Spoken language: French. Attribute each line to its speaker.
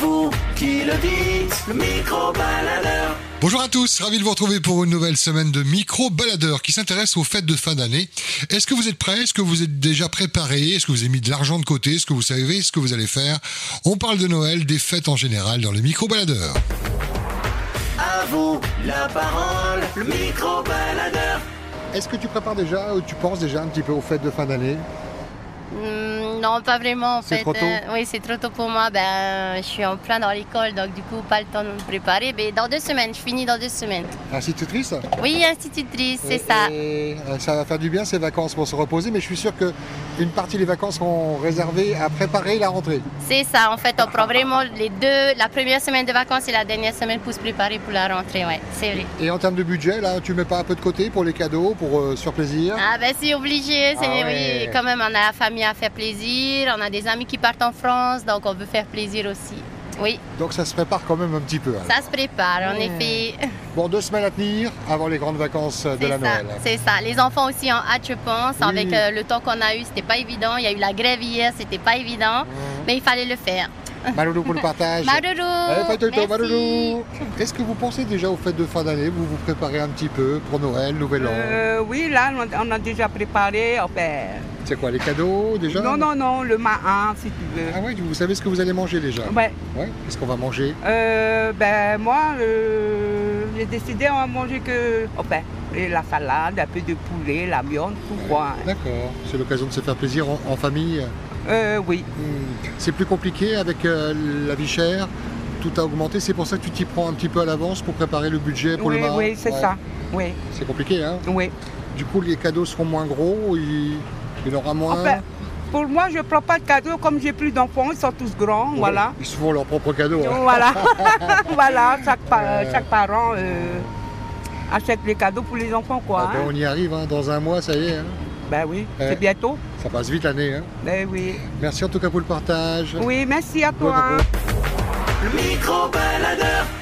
Speaker 1: vous qui le dites, le micro-baladeur.
Speaker 2: Bonjour à tous, ravi de vous retrouver pour une nouvelle semaine de micro baladeur qui s'intéresse aux fêtes de fin d'année. Est-ce que vous êtes prêts Est-ce que vous êtes déjà préparés Est-ce que vous avez mis de l'argent de côté Est-ce que vous savez ce que vous allez faire On parle de Noël, des fêtes en général dans le micro baladeur.
Speaker 1: À vous la parole, le micro-baladeur.
Speaker 2: Est-ce que tu prépares déjà ou tu penses déjà un petit peu aux fêtes de fin d'année
Speaker 3: Hmm, Non, pas vraiment en
Speaker 2: C'est
Speaker 3: fait.
Speaker 2: trop tôt
Speaker 3: Euh, oui, c'est trop tôt pour moi. Ben, je suis en plein dans l'école, donc du coup, pas le temps de me préparer. Mais dans deux semaines, je finis dans deux semaines.
Speaker 2: Institutrice
Speaker 3: Oui, institutrice, c'est ça.
Speaker 2: Et euh, ça va faire du bien ces vacances pour se reposer, mais je suis sûr que une partie des vacances seront réservées à préparer la rentrée.
Speaker 3: C'est ça. En fait, on prend vraiment les deux, la première semaine de vacances et la dernière semaine pour se préparer pour la rentrée. Ouais, c'est vrai.
Speaker 2: Et en termes de budget, là, tu mets pas un peu de côté pour les cadeaux, pour euh, sur plaisir
Speaker 3: Ah ben c'est obligé, c'est
Speaker 2: Ah ouais.
Speaker 3: oui, quand même on a la famille à faire plaisir, on a des amis qui partent en France, donc on veut faire plaisir aussi. Oui,
Speaker 2: Donc ça se prépare quand même un petit peu. alors.
Speaker 3: ça se prépare en effet.
Speaker 2: Bon, deux semaines à tenir avant les grandes vacances de
Speaker 3: C'est
Speaker 2: la
Speaker 3: ça,
Speaker 2: Noël. hein.
Speaker 3: C'est ça. Les enfants aussi en hâte, je pense.
Speaker 2: Oui.
Speaker 3: Avec euh, le temps qu'on a eu, c'était pas évident. Il y a eu la grève hier, c'était pas évident. Mais il fallait le faire.
Speaker 2: Maloulou pour le partage.
Speaker 3: Maroulou,
Speaker 2: Allez, faites le tour,
Speaker 3: merci.
Speaker 2: maloulou. Est-ce que vous pensez déjà aux fêtes de fin d'année Vous vous préparez un petit peu pour Noël, Nouvel An
Speaker 4: Euh, oui, là, on- on a déjà préparé. Enfin,
Speaker 2: C'est quoi, les cadeaux déjà
Speaker 4: non, non, non, le main, si tu veux.
Speaker 2: Ah ouais, vous savez ce que vous allez manger déjà
Speaker 4: Ouais.
Speaker 2: Ouais, qu'est-ce qu'on va manger
Speaker 4: Euh, ben, moi, euh, j'ai décidé à manger que enfin, et la salade, un peu de poulet, la viande, tout quoi.
Speaker 2: D'accord, c'est l'occasion de se faire plaisir en, en famille.
Speaker 4: Euh, oui,
Speaker 2: Hmm. C'est plus compliqué avec euh, la vie chère, tout a augmenté, c'est pour ça que tu t'y prends un petit peu à l'avance pour préparer le budget pour
Speaker 4: oui,
Speaker 2: le Maroc
Speaker 4: oui, c'est
Speaker 2: Ouais.
Speaker 4: ça. Oui,
Speaker 2: C'est compliqué, hein
Speaker 4: oui.
Speaker 2: Du coup, les cadeaux seront moins gros, il, il y en aura moins.
Speaker 4: Enfin, Oh, ben, pour moi, je ne prends pas de cadeau comme j'ai plus d'enfants, ils sont tous grands,
Speaker 2: Ouais,
Speaker 4: voilà.
Speaker 2: Ils se font leurs propres cadeaux. hein.
Speaker 4: Voilà, voilà, chaque, pa-
Speaker 2: Euh.
Speaker 4: chaque parent euh, achète les cadeaux pour les enfants, quoi.
Speaker 2: Ah ben,
Speaker 4: hein.
Speaker 2: on y arrive, hein, dans un mois, ça y est. hein.
Speaker 4: Ben oui,
Speaker 2: Euh.
Speaker 4: c'est bientôt.
Speaker 2: Ça passe vite l'année. hein.
Speaker 4: Ben oui.
Speaker 2: Merci en tout cas pour le partage.
Speaker 4: Oui, merci à
Speaker 2: Bonne
Speaker 4: toi.
Speaker 2: route.
Speaker 1: Le micro-baladeur.